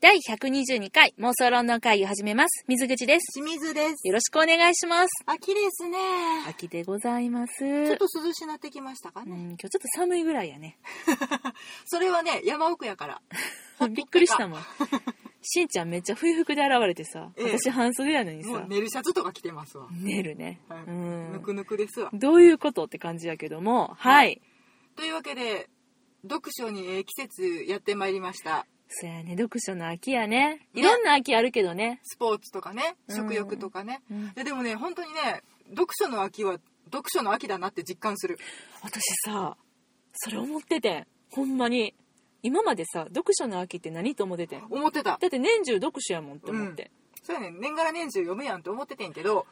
第122回妄想論の会を始めます。水口です。清水です。よろしくお願いします。秋ですね。秋でございます。ちょっと涼しなってきましたかうん、ね。今日ちょっと寒いぐらいやね。それはね、山奥やから。びっくりしたもん。しんちゃんめっちゃ冬服で現れてさ、ええ私半袖やのにもうさ、寝るシャツとか着てますわ。寝るね。はいうぬん。くぬくですわ。どういうことって感じやけども、はい。というわけで、読書にええ季節やってまいりました。そやね、読書の秋やね。ねいろんな秋あるけどね。スポーツとかね、うん食欲とかね。うんででもね、本当にね、読書の秋は読書の秋だなって実感する。私さ、それ思っててん。ほんまに。今までさ、読書の秋って何と思っててん。思ってた。だって年中読書やもんって思って。そうやね、年がら年中読むやんって思っててんけど、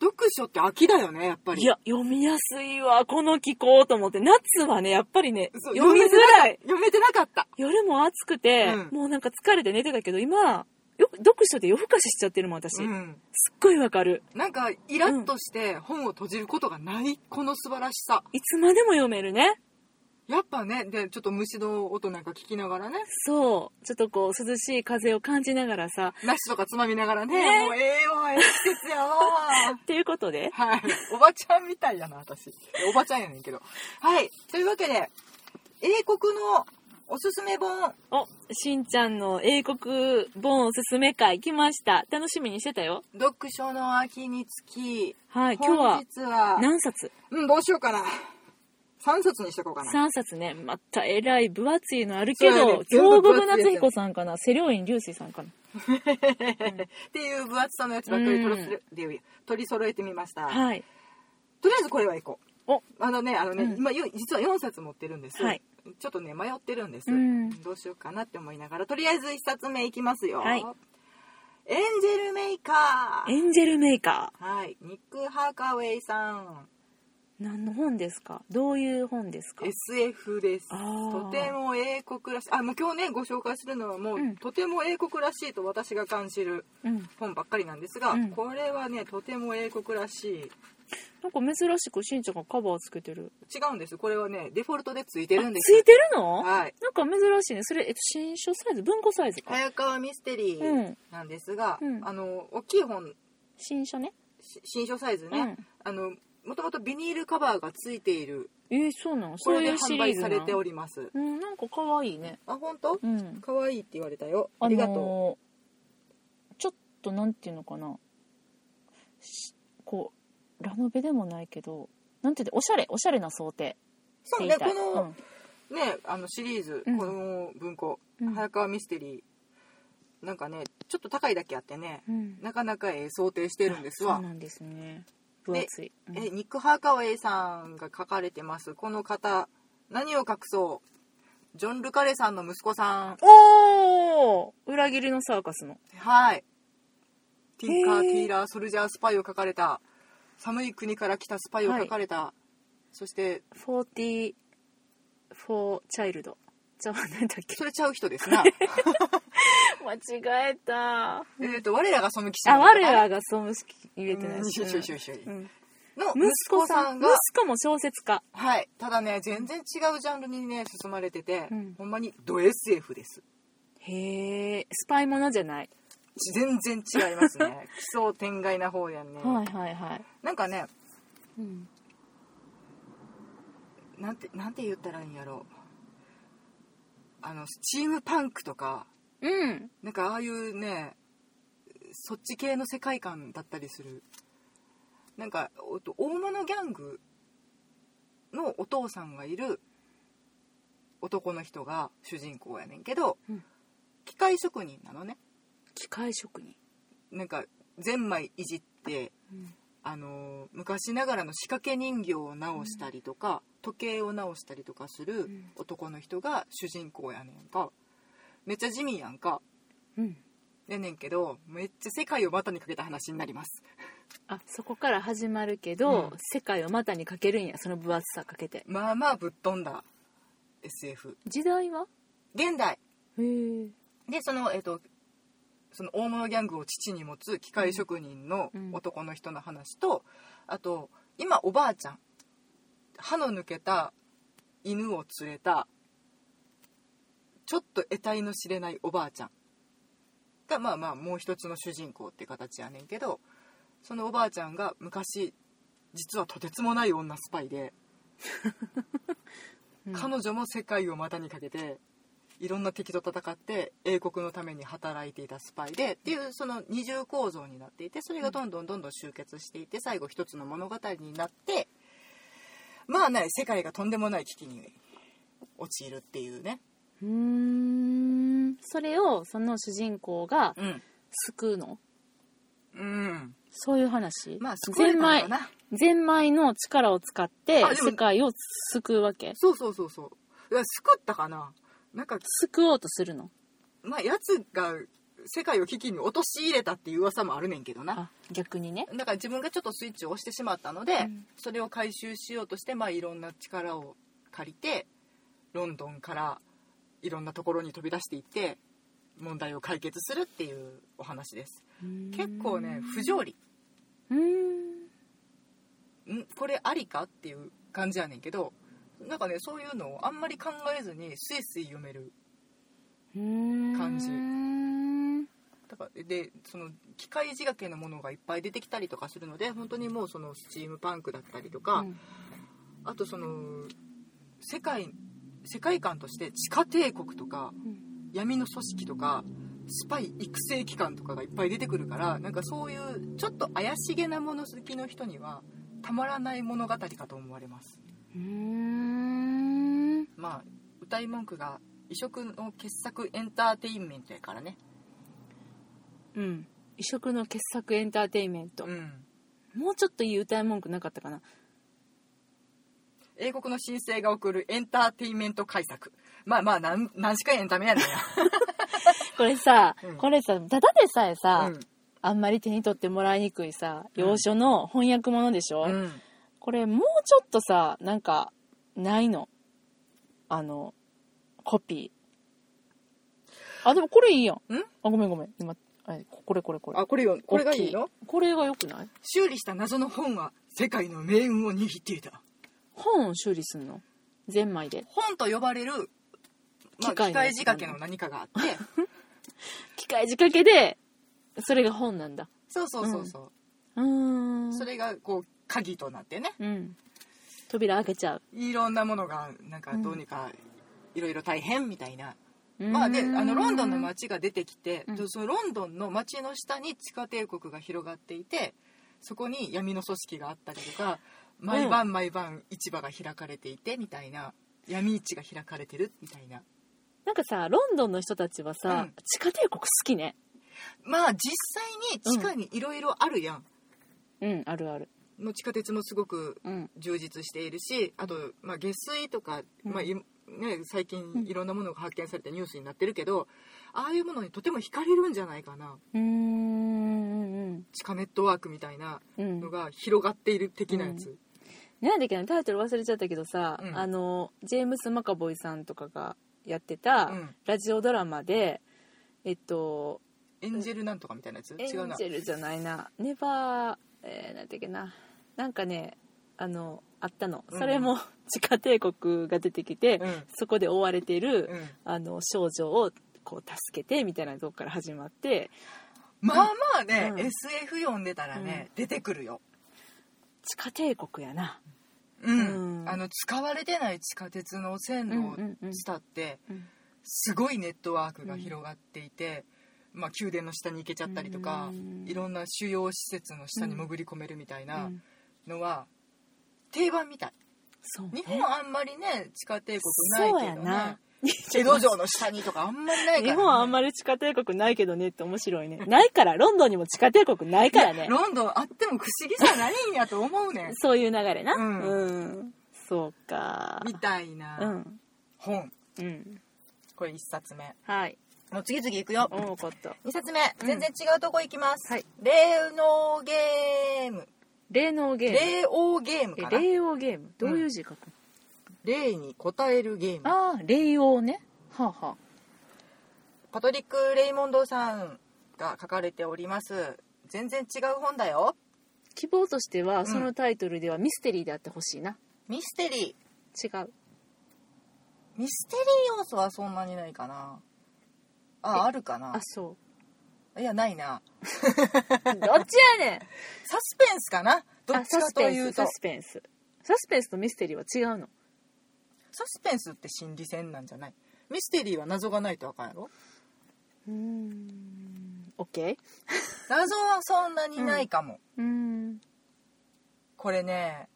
読書って秋だよね、やっぱり。いや、読みやすいわ、この気候と思って。夏はね、やっぱりね、そう、読みづらい。読めてなかった。夜も暑くて、うんもうなんか疲れて寝てたけど、今、よ読書で夜更かししちゃってるもん、私。うん。すっごいわかる。なんかイラッとして本を閉じることがないこの素晴らしさいつまでも読めるね。やっぱねでちょっと虫の音なんか聞きな がらねそう。ちょっとこう、涼しい風を感じながらさ。梨とかつまみながらねねもうええわええ季節 やわっていうことで、はいおばちゃんみたいやな私おばちゃんやねんけどはいというわけで英国のおすすめ本お、しんちゃんの英国本おすすめ会来ました。楽しみにしてたよ。読書の秋につきはい、今日は本日は何冊うんどうしようかな3冊にしとこう かな ?3 冊ね。また偉い分厚いのあるけそうやどね、全京部分厚極いやつ夏彦さんかな、瀬良院流水さんかな。っていう分厚さのやつばっかり取りそろえ取り揃えてみました、はい。とりあえずこれはいこうおあのねあのね、うん今よ実は4冊持ってるんです、はいちょっとね迷ってるんです、うんどうしようかなって思いながらとりあえず1冊目いきますよ、はいエンジェルメイカーエンジェルメーカはいニック・ハーカウェイさんー。何の本ですかどういう本ですか SF ですあーとても英国らしいあもう今日ねご紹介するのはもう、うんとても英国らしいと私が感じるうん。本ばっかりなんですが、うんこれはねとても英国らしいなんか珍しくしんちゃんがカバーつけてる。違うんですこれはねデフォルトでついてるんあですついてるのはいなんか珍しいね。それ、えっと、新書サイズ文庫サイズか。早川ミステリうーんなんですが、うんあの大きい本新書ね。し新書サイズね、うんあのもともとビニールカバーがついているえー、そうなのこそういれでうシリ販ー売ズさなれておのりますうん、なんか可愛いね。あ本当うん。可愛いって言われたよありがとのーちょっとなんていうのかなしこうラノベでもないけどなんていうのおしゃれおしゃれな想定うしそてういねたいこの、ねあのシリーズ、うんこの文庫、うん早川ミステリーなんかねちょっと高いだけあってねうんうんなかなかええ想定してるんですわそうなんですね分厚い、うんえニック・ハーカウェイさんが書かれてますこの方何を隠そうジョン・ルカレさんの息子さんおお裏切りのサーカスのはい。ティンカー、へテーィーラー、ソルジャー、スパイを書かれた、寒い国から来たスパイを書かれた、そして、 44チャイルドじゃあ何だっけそれちゃう人ですな。 間違えたえっと、我らがその騎士あ我がらがそうむし言えてないしし、ょしょしょしょうんの息息子子ささんん息が、子も小説家はい。ただね、全然違うジャンルにね、進まれてて、うんほんまにド SF です。へえスパイものじゃない、全然違いま すね。奇想天外な方やんね。はいはいはい、なんかね、うん、なんて、なんて言ったらいいんやろう。あの、スチームパンクとか、うん。なんかああいうねそっち系の世界観だったりするなんかおと大物ギャングのお父さんがいる男の人が主人公やねんけど、うん機械職人なのね機械職人。なんかゼンマイいじって、うんあのー昔ながらの仕掛け人形を直したりとか、時計を直したりとかするん男の人が主人公やねんかめっちゃ地味やんかうん。やねんけどめっちゃ世界を股にかけた話になりますあ、そこから始まるけど、うん世界を股にかけるんや、その分厚さかけて。まあまあぶっ飛んだ SF 時代は現代へえ。でそのえっ、とその大物ギャングを父に持つ機械職人のうん男の人の話と、あと今おばあちゃん歯の抜けた犬を連れたちょっと得体の知れないおばあちゃんがまあまあもう一つの主人公って形やねんけどそのおばあちゃんが昔実はとてつもない女スパイで、うん彼女も世界を股にかけていろんな敵と戦って英国のために働いていたスパイでっていうその二重構造になっていてそれがどんどんどんどん集結していて最後一つの物語になってまあない世界がとんでもない危機に陥るっていうね。うーんそれをその主人公がうん、救うのうん、そういう話、まあ救ゼえンたのマかイなゼンマイの力を使ってあでも世界を救うわけそうそうそうそういや救ったかななんか救おうとするのまあやつが世界を危機に陥れたっていう噂もあるねんけどなあ逆にねだから自分がちょっとスイッチを押してしまったので、うんそれを回収しようとして、まあ、いろんな力を借りてロンドンからいろんなところに飛び出していって問題を解決するっていうお話です結構ね不条理うーんんこれありかっていう感じやねんけどなんかねそういうのをあんまり考えずにスイスイ読めるうーん感じうーんだからでその機械仕掛けのものがいっぱい出てきたりとかするので本当にもうそのスチームパンクだったりとか、うんあとその世界世界観として地下帝国とか闇の組織とかスパイ育成機関とかがいっぱい出てくるからなんかそういうちょっと怪しげなもの好きの人にはたまらない物語かと思われますうーんまあ歌い文句が異色の傑作エンターテインメントやからねうん異色の傑作エンターテインメント、うんもうちょっといい歌い文句なかったかな英国の新星が送るエンターテインメント改作まあまあなん何しかエンタメやねんなこれさ、うんこれさただでさえさ、うんあんまり手に取ってもらいにくいさうん洋書の翻訳ものでしょ、うんこれもうちょっとさなんかないのあのコピーあでもこれいいやんんあごめんごめん今あこれこれこれあこれよこれがいいの大きこれがよくない修理した謎の本は世界の命運を握っていた本を修理すんのゼンマイで本と呼ばれる、ま機あ、機械の械仕掛けの何かがあって機械仕掛けでそれが本なんだ そうそうそうそう、うーんそれがこう鍵となってねうん扉開けちゃういろんなものがなんかどうにかいろいろ大変みたいな、うーんまあであのロンドンの街が出てきて、うんでそのロンドンの街の下に地下帝国が広がっていてそこに闇の組織があったりとか毎晩毎晩市場が開かれていてみたいな闇市が開かれてるみたいななんかさロンドンの人たちはさ、うん地下帝国好きねまあ実際に地下にいろいろあるやん、うんあるあるもう地下鉄もすごくうん充実しているしあと、まあ、下水とか、うんまあいね、最近いろんなものが発見されてニュースになってるけどああいうものにとても惹かれるんじゃないかなうーん地下ネットワークみたいなうんうんのが広がっている的なやつ、何だっけなタイトル忘れちゃったけどさ、うんあのジェームス・マカボイさんとかがやってたうんラジオドラマで、えっとエンジェルなんとかみたいなやつエンジ違うなェルじゃないなネバー、えー、なんだっけななんかねあのあったのうんそれ も地下帝国が出てきて、うんそこで追われている、うんあの少女をこう助けてみたいなとこから始まってまあまあね、うん SF 読んでたらね、出てくるよ、地下帝国やなうんうんあの使われてない地下鉄の線路を伝って、うんすごいネットワークが広がっていて、まあ、宮殿の下に行けちゃったりとか、うんいろんな主要施設の下に潜り込めるみたいうなんのは定番みたいそうね日本はあんまりね地下帝国そなういやけどねな 江戸城の下にとかあんまりないから、ね、日本はあんまり地下帝国ないけどねって面白いね。ないから、ロンドンにも地下帝国ないからね。ロンドンあっても不思議じゃないんやと思うねんそういう流れな。ううんん。そうか。。みたいうなん本、うん。これ1冊目はい。もう次々いくよおもこっと。 2冊目全然違うとこ行きます、はい霊能ゲーム霊能ゲーム。霊王ゲームえかな霊王ゲーム。どういう字書くの、霊に応えるゲームああ、霊王ね。はあ、はパトリック・レイモンドさんが書かれております全然違う本だよあ、希望としては、んそのタイトルではミステリーであってほしいな。ミステリ違う。ーミステリー要素はそんなにないかなああるかなあ、そう。いやないなどっちやねんサスペンスかなどっあちかというとサスペンスサスペンスとミステリーは違うのサスペンスって心理戦なんじゃないミステリーは謎がないとあかんやろうーん OK 謎はそんなにないかも、うーんこれね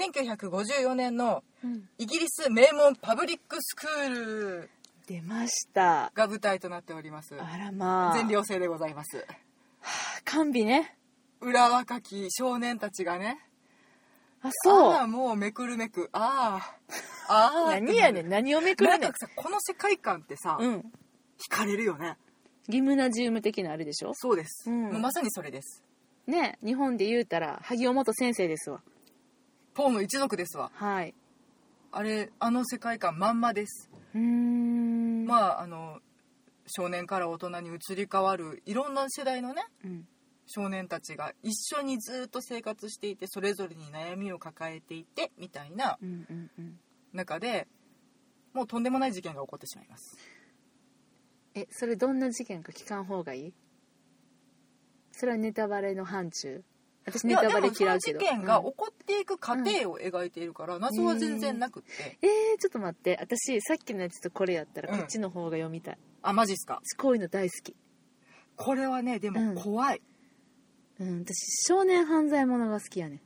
1954年のうんイギリス名門パブリックスクール出ましたが舞台となっておりますあらまあ全寮制でございます甘美ね裏若き少年たちがねあそあうあもうめくるめくああああ何やねんん何をめくなるんねんかさこの世界観ってさ、うん惹かれるよねギムナジウム的なあれでしょそうでうす、んもうまさにそれですね日本で言うたら萩尾元先生ですわポーの一族ですわはいあれあの世界観まんまです、うーんあ、まああの少年から大人に移り変わるいろんな世代のねうん少年たちが一緒にずっと生活していてそれぞれに悩みを抱えていてみたいなうんうんうん、中でもうとんでもない事件が起こってしまいますえそれどんな事件か聞かん方がいいそれはネタバレの範疇私いネやタでバレもそ嫌のうけ事ど件がうん起こっていく過程を描いているから、謎は全然なくってえー、ちょっと待って私さっきのやつとこれやったらうんこっちの方が読みたい、あマジっすか私こういうの大好き、これはねでうんも怖い、うん、私少年犯罪ものが好きやねん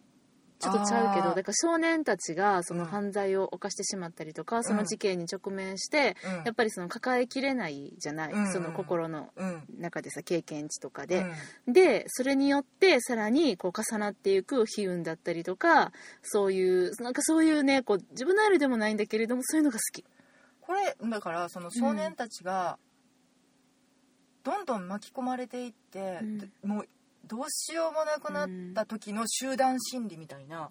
ちょっとちゃうけどあーだから少年たちがそのうん犯罪を犯してしまったりとか、その事件に直面して、うんやっぱりその抱えきれないじゃない、うんうんその心のうん中でさ経験値とかうで、んでそれによってさらにこう重なっていく悲運だったりとかそういうなんかそういうねこう自分のあるでもないんだけれどもそういうのが好きこれだからその少年たちがどんどん巻き込まれていって、うんでもうどうしようもなくなった時の集団心理みたいな、好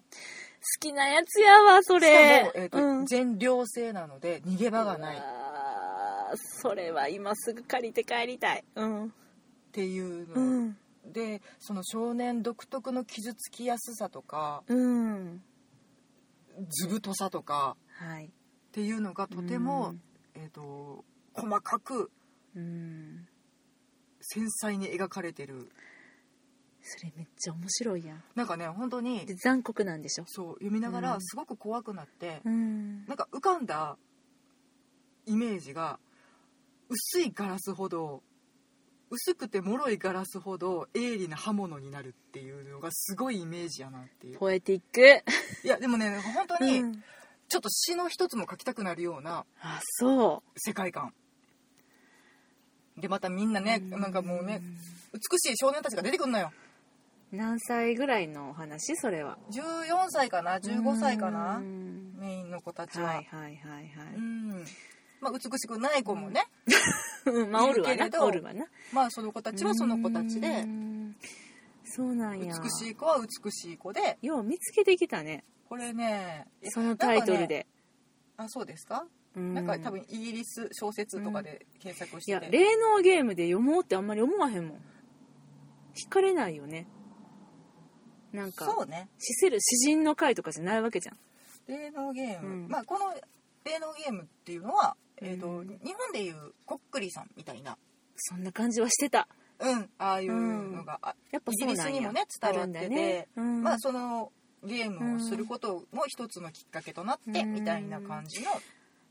きなやつやわそしかれも、えーとうん全寮制なので逃げ場がないうっわーそれは今すぐ借りて帰りたいうんていうの、うんでその少年独特の傷つきやすさとかうん図太さとかはいっていうのがとても、うんえー、と細かくうん繊細に描かれてるそれめっちゃ面白いやんなんかね本当にで残酷なんでしょそう読みながうんらすごく怖くなって、うんなんか浮かんだイメージが薄いガラスほど薄くて脆いガラスほど鋭利な刃物になるっていうのがすごいイメージやなっていうポエティック、いやでもねなんか本当にうんちょっと詩の一つも書きたくなるようなあそ世界観でまたみんなねうんなんかもうね美しい少年たちが出てくんのよう何歳ぐらいのお話それは14歳かな15歳かうなんメインの子たちは、はいはいはいうはんまあ、美しくない子もね、い。 うん、まあ、おるわいるなけれ、どおるわな。まあその子たちはその子たちうでん。そうなん美や。しい子は美しい子でよう見つけてきたね。これねそのタイトルなんかねで。あそうですか、うんなんか多分イギリス小説とかで検索しいてや、て、霊能ゲームで読もうってあんまり思わへんもん。惹かれないよね。なんか、そうね死せる詩人の会とかじゃないわけじゃん。霊能ゲーム、うんまあこの霊能ゲームっていうのは、えーとうん日本でいうこっくりさんみたいなそんな感じはしてた。うんああいうのが、あやっぱイそギうリなスんや。にもね伝わってて、うんまあそのゲームをすることも一つのきっかけとなって、うんみたいな感じの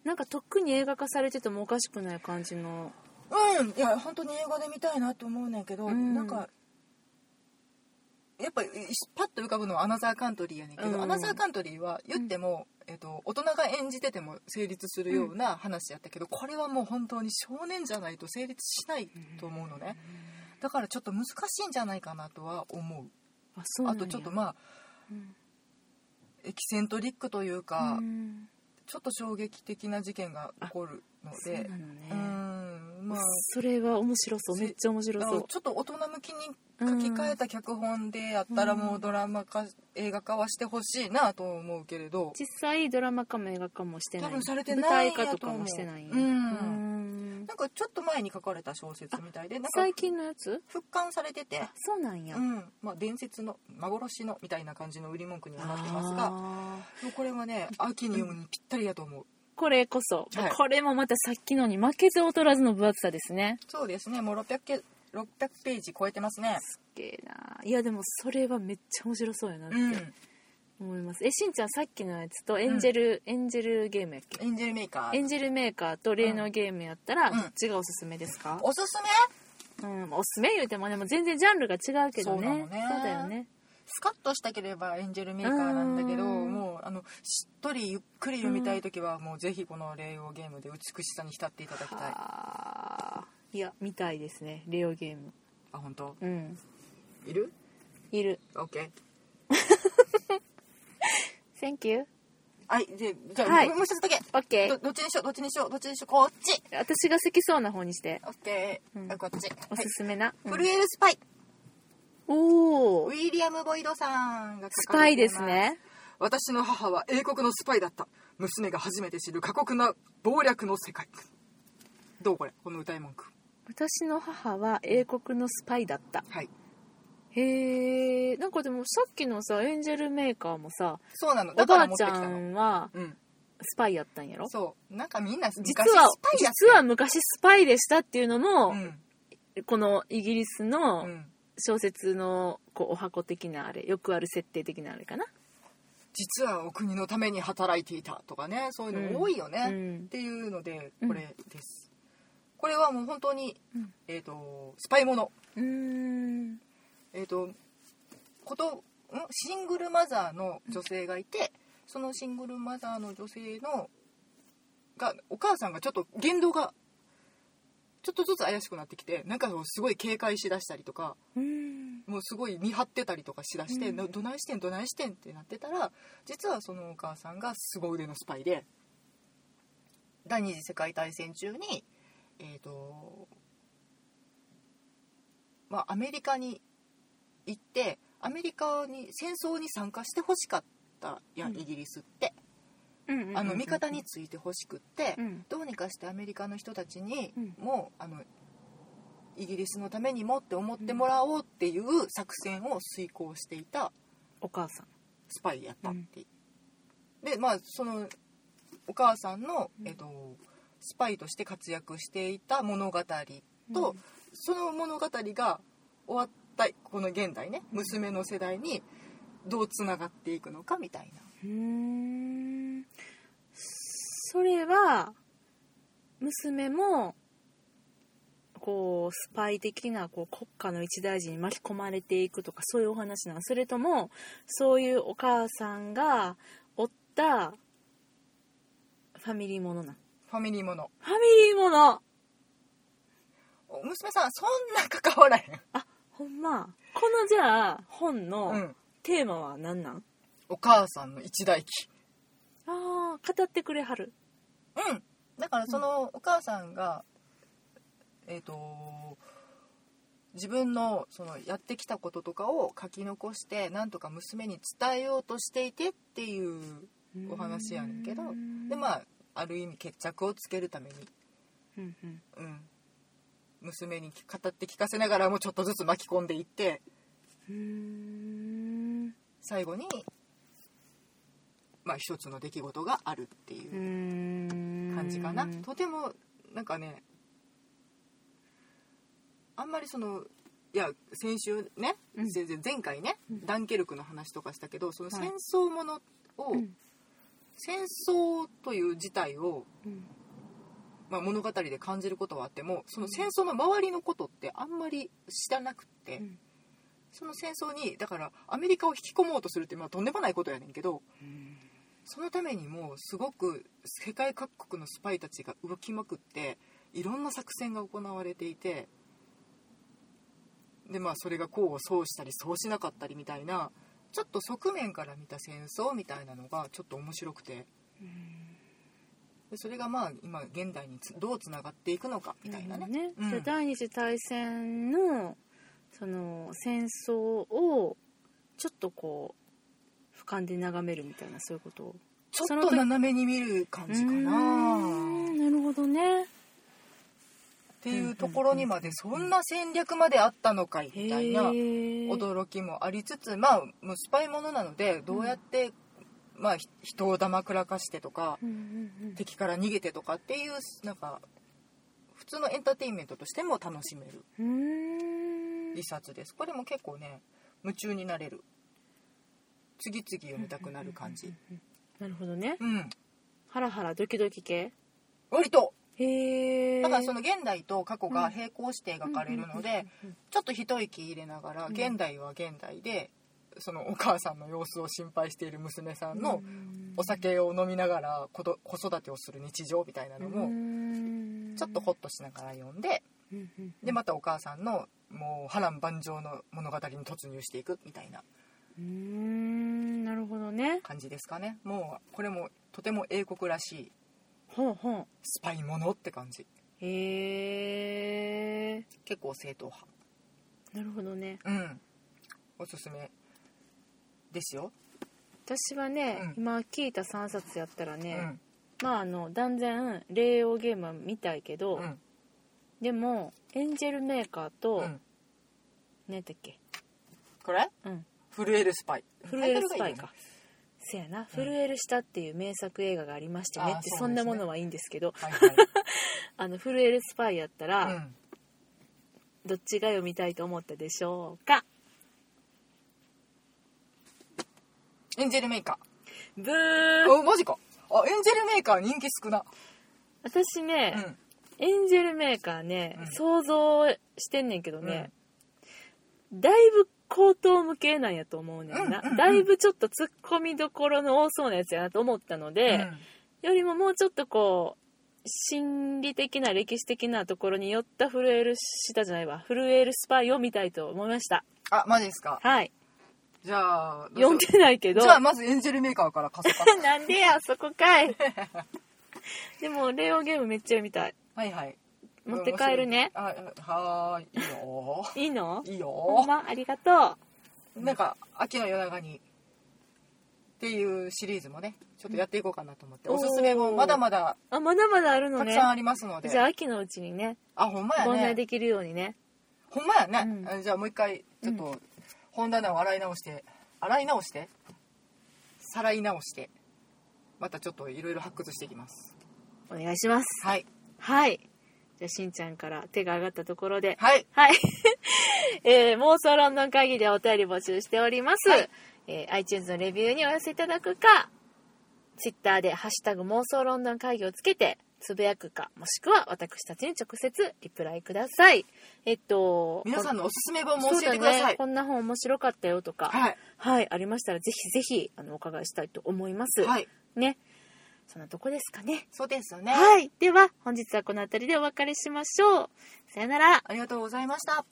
なんかとっくに映画化されててもおかしくない感じの。うんいや本当に映画で見たいなと思うねんけど、うんなんかやっぱりパッと浮かぶのはアナザーカントリーやねんけど、うんアナザーカントリーは言っても、えっと大人が演じてても成立するような話やったけど、これはもう本当に少年じゃないと成立しないと思うのね、だからちょっと難しいんじゃないかなとは思あ、そううなあんや。とちょっとまあうん、エキセントリックというか、うんちょっと衝撃的な事件が起こるのそうでなのね、うんまあそれは面白そうせめっちゃ面白だかそらうちょっと大人向きに書き換えた脚本でやったらうんもうドラマ化映画化はしてほしいなと思うけれど実際ドラマ化も映画化もしてない多分されてないんや舞台化とかと思うもしてないんやうんうんなんかちょっと前に書かれた小説みたいでなんか最近のやつ復刊されててあ、そうなんや、うんまあ、伝説の幻のみたいな感じの売り文句にはなってますがあーこれはね秋に読むにぴったりやと思うこれこそ、はいこれもまたさっきのに負けず劣らずの分厚さですねそうですねもう600 600ページ超えてますねすっげえないやでもそれはめっちゃ面白そうやなってうん思います、えしんちゃんさっきのやつとエンジェル、エンジェルゲームやっけエンジェルメーカエーンジェルメーカーと例のゲームやったら、うんどっちがおすすめですか、おすすめうんおすすめ言うてもでも全然ジャンルが違うけどねそうなのねそうだよねスカッとしたければエンジェルメーカーなんだけどうんもうあのしっとりゆっくり読みたい時はもうぜひこの「霊王ゲーム」で美しさに浸っていただきたいはあいや見たいですねレオゲームあ本当うんいるいる ?OK Thank you はいでじゃあ、はいもう一つだけど OK どっちにしようどっちにしようどっちにしようこっち私が好きそうな方にしてオッケー、うんこっち、おはすいすめな、うんフルエルスパイおウおィリアム・ボイドさんがス書かパれイていでますね私の母は英国のスパイだった娘が初めて知る過酷な謀略の世界どうこれこの歌い文句私の母は英国のスパイだったはいへえんかでもさっきのさエンジェルメーカーもさそうなのおだかばらあ持っちてきゃたのんはうんスパイやったんやろそうなんかみんな昔実はスパイだっ実は昔スパイでしたっていうのたも、うんこのイギリスのうん小説のこうお箱的なあれよくある設定的なあれかな実はお国のために働いていたとかねそういうの多いよね、うんっていうのでうんこれです、これはもう本当に、うんえー、とスパイものうーんえー、とことんシングルマザーの女性がいて、そのシングルマザーの女性のがお母さんがちょっと言動がちょっとずつ怪しくなってきてなんかすごい警戒しだしたりとかうーんもうすごい見張ってたりとかしだして、うんなどないしてんどないしてんってなってたら実はそのお母さんが凄腕のスパイで第二次世界大戦中にえっ、とまあアメリカに行ってアメリカに戦争に参加してほしかったや、うんイギリスって、うんうんうんうんあの味方についてほしくって、うんどうにかしてアメリカの人たちにうんも、うあのイギリスのためにもって思ってもらおうっていう作戦を遂行していたお母さんスパイやったっていう、でまあそのお母さんの、えっと、スパイとして活躍していた物語と、うんその物語が終わったこの現代ね娘の世代にどうつながっていくのかみたいな。うーんそれは娘もこうスパイ的なこう国家の一大事に巻き込まれていくとかそういうお話なのそれともそういうお母さんがおったファミリーものなんファミリーものファミリーものお娘さんそんな関わらへん、あほんまこのじゃあ本うのん、テーマは何なん、お母さんの一大期あー語ってくれはるうんだからそのお母さんが、えっ、と自分のそのやってきたこととかを書き残してなんとか娘に伝えようとしていてっていうお話やねんけどであ、まあある意味決着をつけるために、うんうんうん、娘に語って聞かせながらもちょっとずつ巻き込んでいってうーん最後に、まあ、一つの出来事があるっていううーん感じかな、とてもなんかねあんまりそのいや先週ね、うん先々前回ね、うんダンケルクの話とかしたけどそのはい戦争ものを、うん戦争という事態を、うんまあ、物語で感じることはあってもその戦争の周りのことってあんまり知らなくって、うんその戦争にだからアメリカを引き込もうとするって、まあ、とんでもないことやねんけど、そのためにもうすごく世界各国のスパイたちが動きまくっていろんな作戦が行われていてでまあそれが功を奏したりそうしなかったりみたいなちょっと側面から見た戦争みたいなのがちょっと面白くてでそれがまあ今現代につどうつながっていくのかみたいなね。ねうんじゃあ第二次大戦のその戦争をちょっとこう俯瞰で眺めるみたいなそういうことちょっと斜めに見る感じかうーなっんなるほどねていうところにまでそんな戦略まであったのかいみたいな。へえ驚きもありつつまあもうスパイものなのでどうやって、まあ、ひ人をだまくらかしてとかうんうんうん敵から逃げてとかっていうなんか不普通のエンターテインメントとしても楽しめるうーん一冊ですこれも結構ね夢中になれる次々読みたくなる感じなるほどねうんハラハラドキドキ系割とへえだからその現代と過去が並行して描かれるので、うんうんちょっと一息入れながらうん現代は現代でそのお母さんの様子を心配している娘さんうのんお酒を飲みながら子ど子育てをする日常みたいなのうもんちょっとホッとしながら読んでうんうんでまたお母さんのもう波乱万丈の物語に突入していくみたいなうーんなるほどね感じですかねもうこれもとても英国らしいほうほうスパイものって感じへえ結構正統派なるほどねうんおすすめですよ、私はね、うん今聞いた3冊やったらね、うんまああの断然霊用ゲームは見たいけど、うんでもエンジェルメーカーうと、ん、何やったっけこれうん震えるスパイ震えるスパイタかせやな「震える舌」っていう名作映画がありましてねあーってそうそんでなすねものはいいんですけどイトルがいいよね「あの震えるスパイ」やったら、はいはい、うん、どっちが読みたいと思ったでしょうかエンジェルメーカブーーおマジかあエンジェルメーカー人気少な、私ね、うん、エンジェルメーカーね、うん想像してんねんけどね、だいぶ高等無形なんやと思うねんな、うんうんうんだいぶちょっとツッコミどころの多そうなやつやなと思ったので、よりももうちょっとこう心理的な歴史的なところによった震える舌じゃないわ震えるスパイを見たいと思いましたあマジですかはいじゃあどうしよ読んうでないけどじゃあまずエンジェルメーカーから貸そうか なんでやそこか いでもレオゲームめっちゃ読みたいはいはい持って帰るねあはーいいいよいいの いいほんよまありがとなんか秋の夜長にっていうシリーズもねちょっとやっていこうかなと思って、うんおすすめもまだまだうあまだまだあるのたくねさんありますので、じゃあ秋のうちにねあほんまご案や内ねできるようにねほんまやね、うんあじゃあもう一回ちょっうと本棚を洗い直して洗い直してさらい直してまたちょっといろいろ発掘していきますお願いしますはいはいじゃあしんちゃんから手が上がったところではいはい。 えー、妄想論論会議でお便り募集しております。はいえー iTunes のレビューにお寄せいただくか、Twitter でハッシュタグ妄想論論会議をつけて、つぶやくか、もしくは私たちに直接リプライください。えっと、皆さんののおすすめ本も教えてください、こんな本面白かったよとか、はいはい、ありましたらぜひぜひ、あの、お伺いしたいと思います。はいね。そんなとこですかね。そうですよね、はい。では、本日はこの辺りでお別れしましょう。さよなら。ありがとうございました